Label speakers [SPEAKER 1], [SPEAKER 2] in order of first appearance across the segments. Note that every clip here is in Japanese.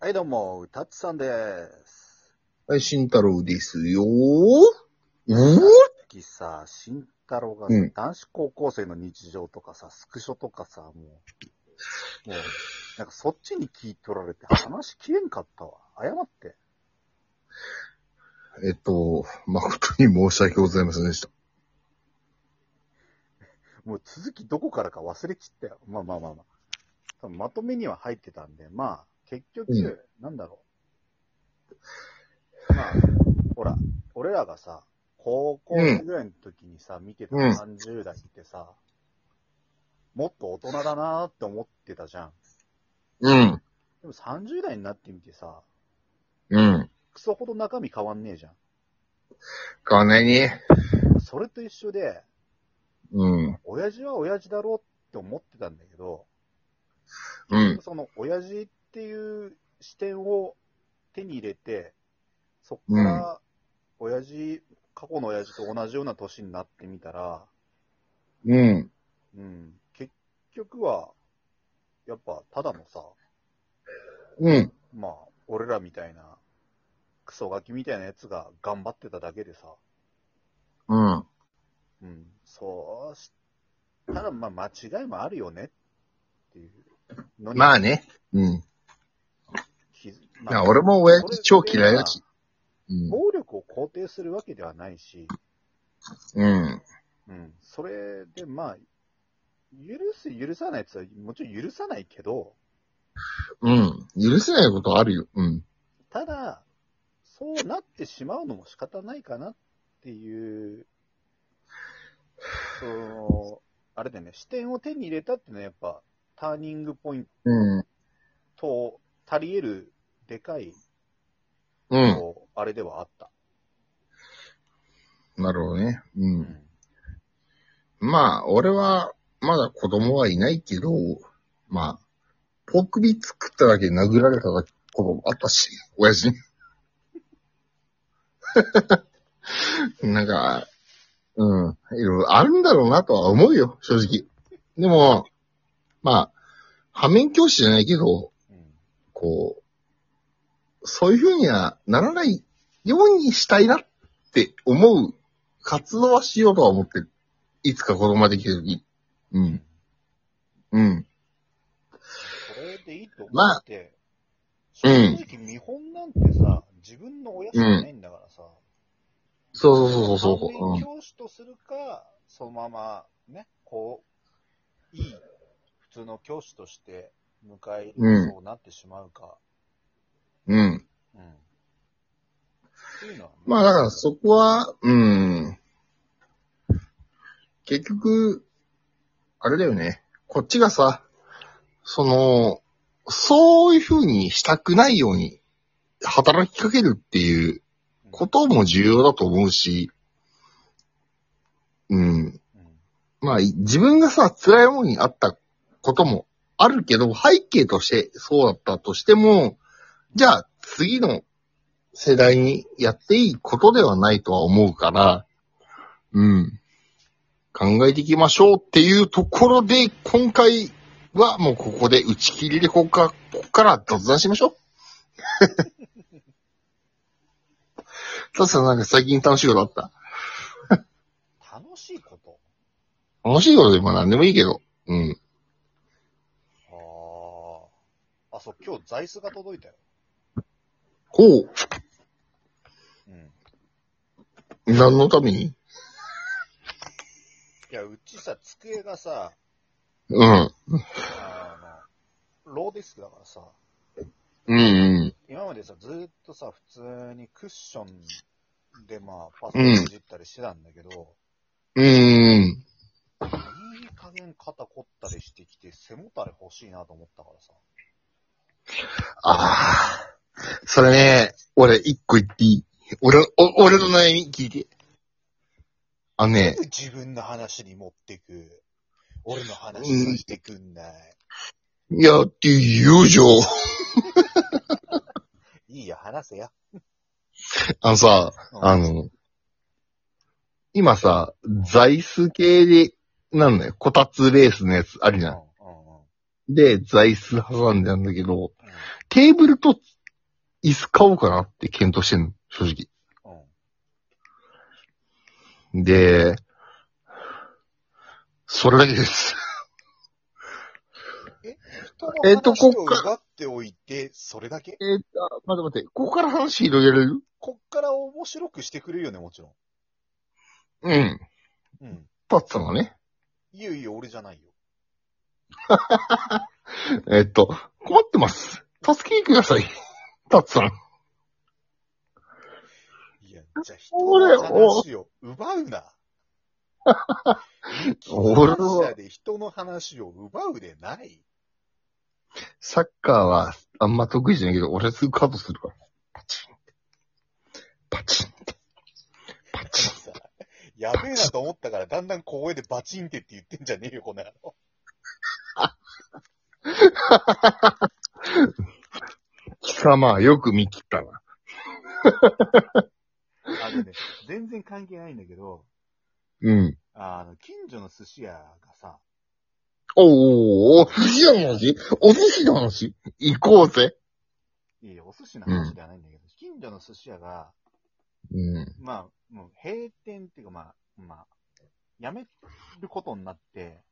[SPEAKER 1] はい、どうも、たつさんです。
[SPEAKER 2] はい、慎太郎ですよー。うん
[SPEAKER 1] きさ、慎太郎がさ、
[SPEAKER 2] うん
[SPEAKER 1] 男子高校生の日常とかさ、スクショとかさ、もう、もう、なんかそっちに聞いとられて話消えんかったわ。謝って。
[SPEAKER 2] えっと、誠に申し訳ございませんでした。
[SPEAKER 1] もう続きどこからか忘れちったよ。まあまあまあまあ。多分まとめには入ってたんで、まあ、結局、
[SPEAKER 2] うん
[SPEAKER 1] なんだろう。まあ、ほら、俺らがさ、高校生ぐらいの時にさ、見てた
[SPEAKER 2] うん
[SPEAKER 1] 30代ってさ、もっと大人だなーって思ってたじゃん。
[SPEAKER 2] うん、
[SPEAKER 1] でも30代になってみてさ、
[SPEAKER 2] うん。
[SPEAKER 1] クソほど中身変わんねえじゃ
[SPEAKER 2] かねに。
[SPEAKER 1] ん。それと一緒で、
[SPEAKER 2] うん、
[SPEAKER 1] 親父は親父だろうって思ってたんだけど、
[SPEAKER 2] うん、
[SPEAKER 1] その親父っていう視点を手に入れて、そっから親父、過去の親父と同じような年になってみたら、
[SPEAKER 2] うん。
[SPEAKER 1] うん、結局は、やっぱただのさ、
[SPEAKER 2] うん。
[SPEAKER 1] まあ、俺らみたいな、クソガキみたいなやつが頑張ってただけでさ、
[SPEAKER 2] うん。
[SPEAKER 1] うん、そうしたら、まあ、間違いもあるよねっていうのに
[SPEAKER 2] まあね。うん。
[SPEAKER 1] 気づ、
[SPEAKER 2] いや、俺も親父超嫌いだし。うん。
[SPEAKER 1] 暴力を肯定するわけではないし、
[SPEAKER 2] うん。
[SPEAKER 1] うん、それで、まあ、許す、許さないやつは、もちろん許さないけど、
[SPEAKER 2] うん。許せないことあるよ。うん。
[SPEAKER 1] ただ、そうなってしまうのも仕方ないかなっていう、その、あれだよね、視点を手に入れたっていうのはやっぱ、ターニングポイン
[SPEAKER 2] うん。
[SPEAKER 1] トを足り得る、でかい、
[SPEAKER 2] うん。
[SPEAKER 1] こうあれではあった。
[SPEAKER 2] なるほどね。う。
[SPEAKER 1] うん
[SPEAKER 2] まあ、俺は、まだ子供はいないけど、まあ、ポークビ作っただけで殴られたこともあったし、親父に。 なんか、うん、いろいろあるんだろうなとは思うよ、正直。でも、まあ、反面教師じゃないけど、
[SPEAKER 1] うん
[SPEAKER 2] こう、そういうふうにはならないようにしたいなって思う活動はしようとは思ってる。いつか子供ができるとき。うん。うん。
[SPEAKER 1] それでいいと思
[SPEAKER 2] まあ
[SPEAKER 1] って、
[SPEAKER 2] うん
[SPEAKER 1] 正直見本なんてさ、自分の親しかないんだからさ、
[SPEAKER 2] そうそうそうそう
[SPEAKER 1] 反
[SPEAKER 2] そ
[SPEAKER 1] 面
[SPEAKER 2] う。
[SPEAKER 1] 教師とするか、そのままね、こう、いい、普通の教師として迎え入れそうなってしまうか。
[SPEAKER 2] うん。うん。
[SPEAKER 1] うん。っていうのはね、
[SPEAKER 2] まあだからそこは、うん。結局、あれだよね。こっちがさ、その、そういうふうにしたくないように働きかけるっていう
[SPEAKER 1] うん、
[SPEAKER 2] ことも重要だと思うし、うん。
[SPEAKER 1] うん
[SPEAKER 2] まあ、い自分がさ、辛い思いにあったこともあるけど、背景としてそうだったとしても、じゃあ、次の世代にやっていいことではないとは思うから、うん。考えていきましょうっていうところで、今回はもうここで打ち切りでここか、ここから雑談しましょう。たださんなんか最近楽しいことあった
[SPEAKER 1] 楽しいこと。
[SPEAKER 2] 楽しいことでも何でもいいけど。うん。
[SPEAKER 1] ああ。あ、そう、今日座椅子が届いたよ。
[SPEAKER 2] こう、
[SPEAKER 1] うん。
[SPEAKER 2] 何のために
[SPEAKER 1] いや、うちさ、机がさ、
[SPEAKER 2] うん。
[SPEAKER 1] あの、ローディスクだからさ、
[SPEAKER 2] うんうん。
[SPEAKER 1] 今までさ、ずーっとさ、普通にクッションでまあ、パソコンいじったりしてたんだけど、
[SPEAKER 2] うんうん。
[SPEAKER 1] いい加減肩凝ったりしてきて、背もたれ欲しいなと思ったからさ。
[SPEAKER 2] ああ。それね、俺、一個言っていい俺、お俺の悩み聞いて。あのね、
[SPEAKER 1] 自分の話に持ってく。俺の話させてくんない。
[SPEAKER 2] いやって言うじゃん。
[SPEAKER 1] いいよ、話せよ。
[SPEAKER 2] あのさ、あの、今さ、座椅子系で、なんだよ、こたつレースのやつあ
[SPEAKER 1] う
[SPEAKER 2] る
[SPEAKER 1] ん、
[SPEAKER 2] じ
[SPEAKER 1] うん、
[SPEAKER 2] ゃ。
[SPEAKER 1] うんん。
[SPEAKER 2] で、座椅子挟んでなんだけど、テーブルと椅子買おうかなって検討してんの、正直。
[SPEAKER 1] うん。うん。
[SPEAKER 2] で、それだけです。えっとこっから
[SPEAKER 1] 奪っておいて、それだけ
[SPEAKER 2] えー、あ、待って待って、ここから話広げられる
[SPEAKER 1] こっから面白くしてくれるよね、もちろ
[SPEAKER 2] うん。
[SPEAKER 1] ん。うん。
[SPEAKER 2] パッツさんがね。
[SPEAKER 1] いいよいいよ、俺じゃないよ。
[SPEAKER 2] えっと、困ってます。助けにください。 タッツさん。
[SPEAKER 1] いや、じゃあ人の話を奪う な。
[SPEAKER 2] 俺
[SPEAKER 1] 一
[SPEAKER 2] は
[SPEAKER 1] 社で人の話を奪うでない。
[SPEAKER 2] サッカーはあんま得意じゃないけど、俺はすぐカードするから。パチンって。パチンって。パチン。
[SPEAKER 1] さやべえなと思ったから、だんだん小声でバチンってって言ってんじゃねえよ、この野郎。
[SPEAKER 2] 貴様、よく見切ったな。
[SPEAKER 1] あのね、全然関係ないんだけど、
[SPEAKER 2] うん。
[SPEAKER 1] あの、近所の寿司屋がさ、
[SPEAKER 2] おーおーおー、寿司屋の話お寿司の話行こうぜ。
[SPEAKER 1] いやいや、お寿司の話ではないんだけど、近所の寿司屋が、
[SPEAKER 2] うん。
[SPEAKER 1] まあ、もう閉店っていうか、まあ、まあ、やめることになって、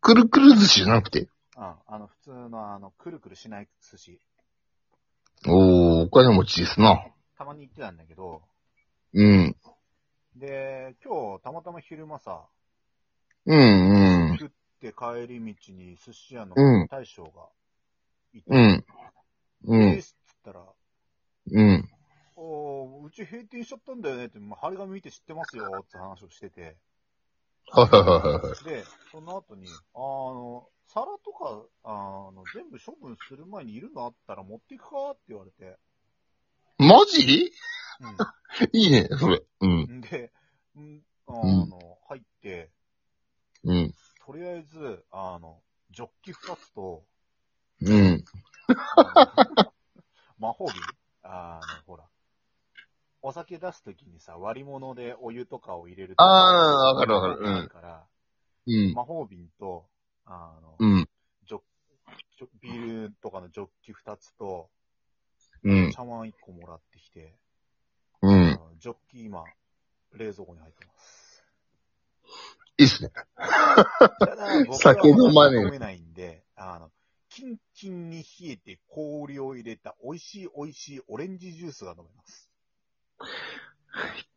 [SPEAKER 2] くるくる寿司じゃなくて。
[SPEAKER 1] うん、あの、普通のあの、くるくるしない寿司、
[SPEAKER 2] おー、お金持ちですな。
[SPEAKER 1] たまに行ってたんだけど、
[SPEAKER 2] うん。
[SPEAKER 1] で、今日、たまたま昼間さ、
[SPEAKER 2] うん、
[SPEAKER 1] 食って帰り道に寿司屋の
[SPEAKER 2] うん
[SPEAKER 1] 大将がいて、
[SPEAKER 2] うん。うん。う
[SPEAKER 1] で
[SPEAKER 2] ん。
[SPEAKER 1] すっつったら、
[SPEAKER 2] うん。
[SPEAKER 1] おーうち閉店しちゃったんだよねって、まあ、張り紙見て知ってますよって話をしてて、
[SPEAKER 2] はいはいはいはい。
[SPEAKER 1] で、その後に、あの、皿とか、あの、全部処分する前にいるのあったら持っていくかって言われて、
[SPEAKER 2] マジいいね、それ。うん。
[SPEAKER 1] うん。で、うん、あの、入って、
[SPEAKER 2] うん。
[SPEAKER 1] とりあえず、あの、ジョッキ2つと、
[SPEAKER 2] うん。
[SPEAKER 1] あの 魔法瓶あの、ほら。お酒出すときにさ、割り物でお湯とかを入れると
[SPEAKER 2] あーわかるわかるうん
[SPEAKER 1] あから、
[SPEAKER 2] うん。
[SPEAKER 1] 魔法瓶と、あの、
[SPEAKER 2] うん。
[SPEAKER 1] ちょビールとかのジョッキ2つと、
[SPEAKER 2] うん。
[SPEAKER 1] 茶碗1個もらってきて、
[SPEAKER 2] う
[SPEAKER 1] あ
[SPEAKER 2] ん。
[SPEAKER 1] のジョッキ今、冷蔵庫に入ってます。
[SPEAKER 2] いいっすね。
[SPEAKER 1] た だ、僕は
[SPEAKER 2] 酒飲まねえ
[SPEAKER 1] 飲めないんで、あの、キンキンに冷えて氷を入れた美味しい美味しいオレンジジュースが飲めます。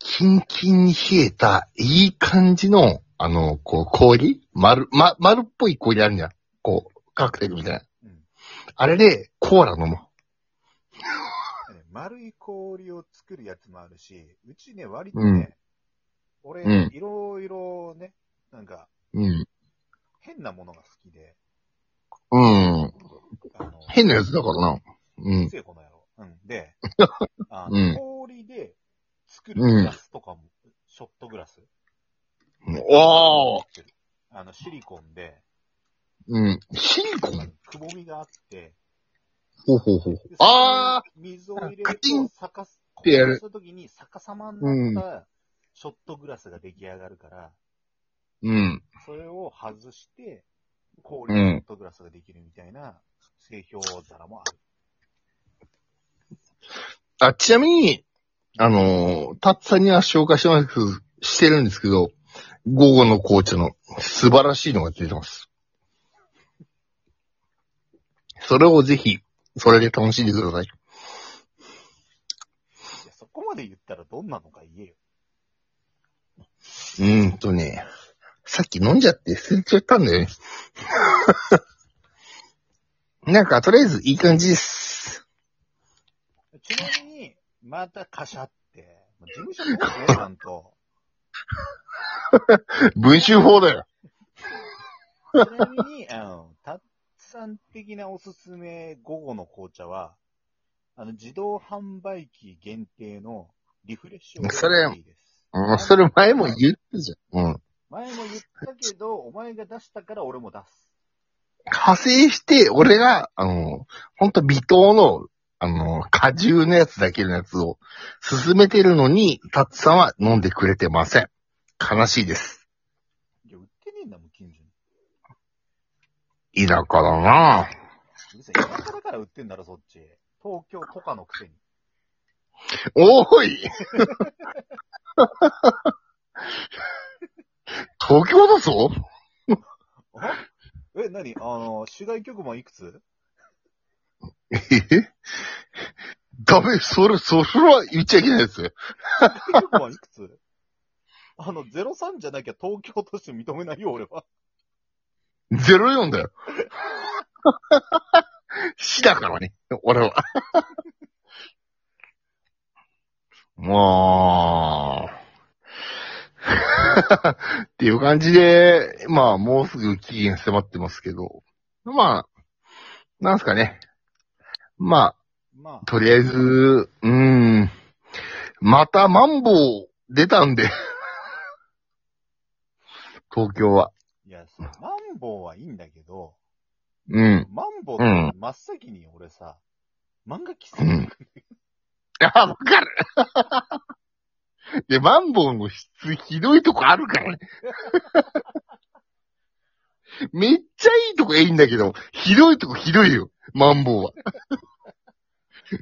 [SPEAKER 2] キンキンに冷えた、いい感じの、あの、こう、氷丸、ま、丸っぽい氷あるじゃん。こう、カクテルみたいな。
[SPEAKER 1] うん。
[SPEAKER 2] あれで、コーラ飲もう。
[SPEAKER 1] ね丸い氷を作るやつもあるし、うちね、割とね、俺、
[SPEAKER 2] うん
[SPEAKER 1] いろいろね、なんか、
[SPEAKER 2] うん。
[SPEAKER 1] 変なものが好きで、
[SPEAKER 2] うん。
[SPEAKER 1] あの、
[SPEAKER 2] 変なやつだからな。うん。
[SPEAKER 1] せえ、この野郎。うん。 で、あ
[SPEAKER 2] う
[SPEAKER 1] の
[SPEAKER 2] ん
[SPEAKER 1] 氷で作るグラスとかも、ショットグラス。
[SPEAKER 2] おー
[SPEAKER 1] あの、シリコンで、
[SPEAKER 2] うん。シリコン
[SPEAKER 1] くぼみがあって、
[SPEAKER 2] ほうほうほう。
[SPEAKER 1] で
[SPEAKER 2] あ
[SPEAKER 1] そこに水を入れる
[SPEAKER 2] カチン
[SPEAKER 1] と、逆す、
[SPEAKER 2] てやる
[SPEAKER 1] するときに逆さまになったショットグラスが出来上がるから、
[SPEAKER 2] うん。
[SPEAKER 1] それを外して、氷
[SPEAKER 2] う
[SPEAKER 1] のショ
[SPEAKER 2] ん
[SPEAKER 1] ットグラスができるみたいな製氷皿もある。
[SPEAKER 2] あ、ちなみに、あのータッツさんには紹介してますけどしてるんですけど、午後の紅茶の素晴らしいのが出てます。それをぜひ、それで楽しんでください。
[SPEAKER 1] いや、そこまで言ったらどんなのか言えよ。
[SPEAKER 2] うーんとね、さっき飲んじゃって捨てちゃったんだよね。 なんか、とりあえずいい感じです。
[SPEAKER 1] ちなみに、またカシャって、まあ事務所の方ね、ちゃんと。
[SPEAKER 2] 文集法だよ。
[SPEAKER 1] ちなみに、あの、たっさん的なおすすめ午後の紅茶は、あの、自動販売機限定のリフレッシュ
[SPEAKER 2] それ
[SPEAKER 1] コーヒーです。
[SPEAKER 2] うん、それ前も言ったじゃん。うん。
[SPEAKER 1] 前も言ったけど、お前が出したから俺も出す。
[SPEAKER 2] 派生して、俺が、あの、ほんと微糖の、あの、果汁のやつだけのやつを勧めてるのに、タッツさんは飲んでくれてません。悲しいです。
[SPEAKER 1] いや、売ってねえんだもん、近所に。
[SPEAKER 2] 田舎だな
[SPEAKER 1] うるせえ、田舎だから売ってんだろ、そっち。東京とかのくせに。
[SPEAKER 2] おーい 東京だぞ
[SPEAKER 1] あえ、なにあの、主題曲もいくつ
[SPEAKER 2] え へダメ、それ、それは言っちゃいけないですよ。
[SPEAKER 1] 主題曲もいくつあの、03じゃなきゃ東京として認めないよ、俺は。
[SPEAKER 2] 04だよ。死だからね、俺は。まあ、っていう感じで、まあ、もうすぐ期限迫ってますけど、まあ、なんすかね。ま
[SPEAKER 1] ま
[SPEAKER 2] あ、とりあえず、うーん、またマンボウ出たんで、東京は。
[SPEAKER 1] あ、いや、そうマンボウはいいんだけど、
[SPEAKER 2] うん。
[SPEAKER 1] マンボウって真っ先に俺さ、漫画喫茶
[SPEAKER 2] う
[SPEAKER 1] に
[SPEAKER 2] んあ、わかる で、マンボウの質ひどいとこあるからね。 めっちゃいいとこいいんだけど、ひどいとこひどいよ、マンボウは。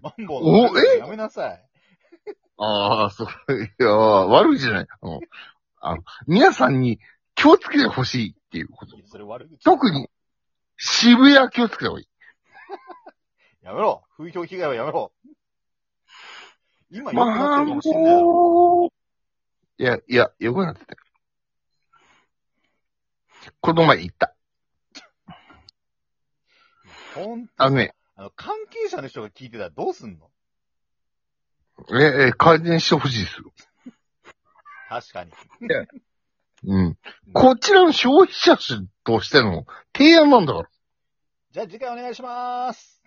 [SPEAKER 1] マンボウの
[SPEAKER 2] おえ
[SPEAKER 1] やめなさい。
[SPEAKER 2] ああ、そう、いや、悪いじゃない。あの、あの皆さんに気をつけてほしいっていうこと
[SPEAKER 1] い。やそれ悪口。
[SPEAKER 2] 特に、渋谷気をつけた方がいい。
[SPEAKER 1] やめろ風評被害はやめろ今良くなっ
[SPEAKER 2] マ
[SPEAKER 1] てるかもしれ
[SPEAKER 2] ン
[SPEAKER 1] ないだろ。
[SPEAKER 2] ボウいや、いや、よくなってたよ。この前行った。
[SPEAKER 1] ほん
[SPEAKER 2] あのね、
[SPEAKER 1] あの、関係者の人が聞いてたらどうすんの
[SPEAKER 2] え、え、改善してほしいですよ。
[SPEAKER 1] 確かに。
[SPEAKER 2] うん。こちらの消費者としての提案なんだから。
[SPEAKER 1] じゃあ次回お願いします。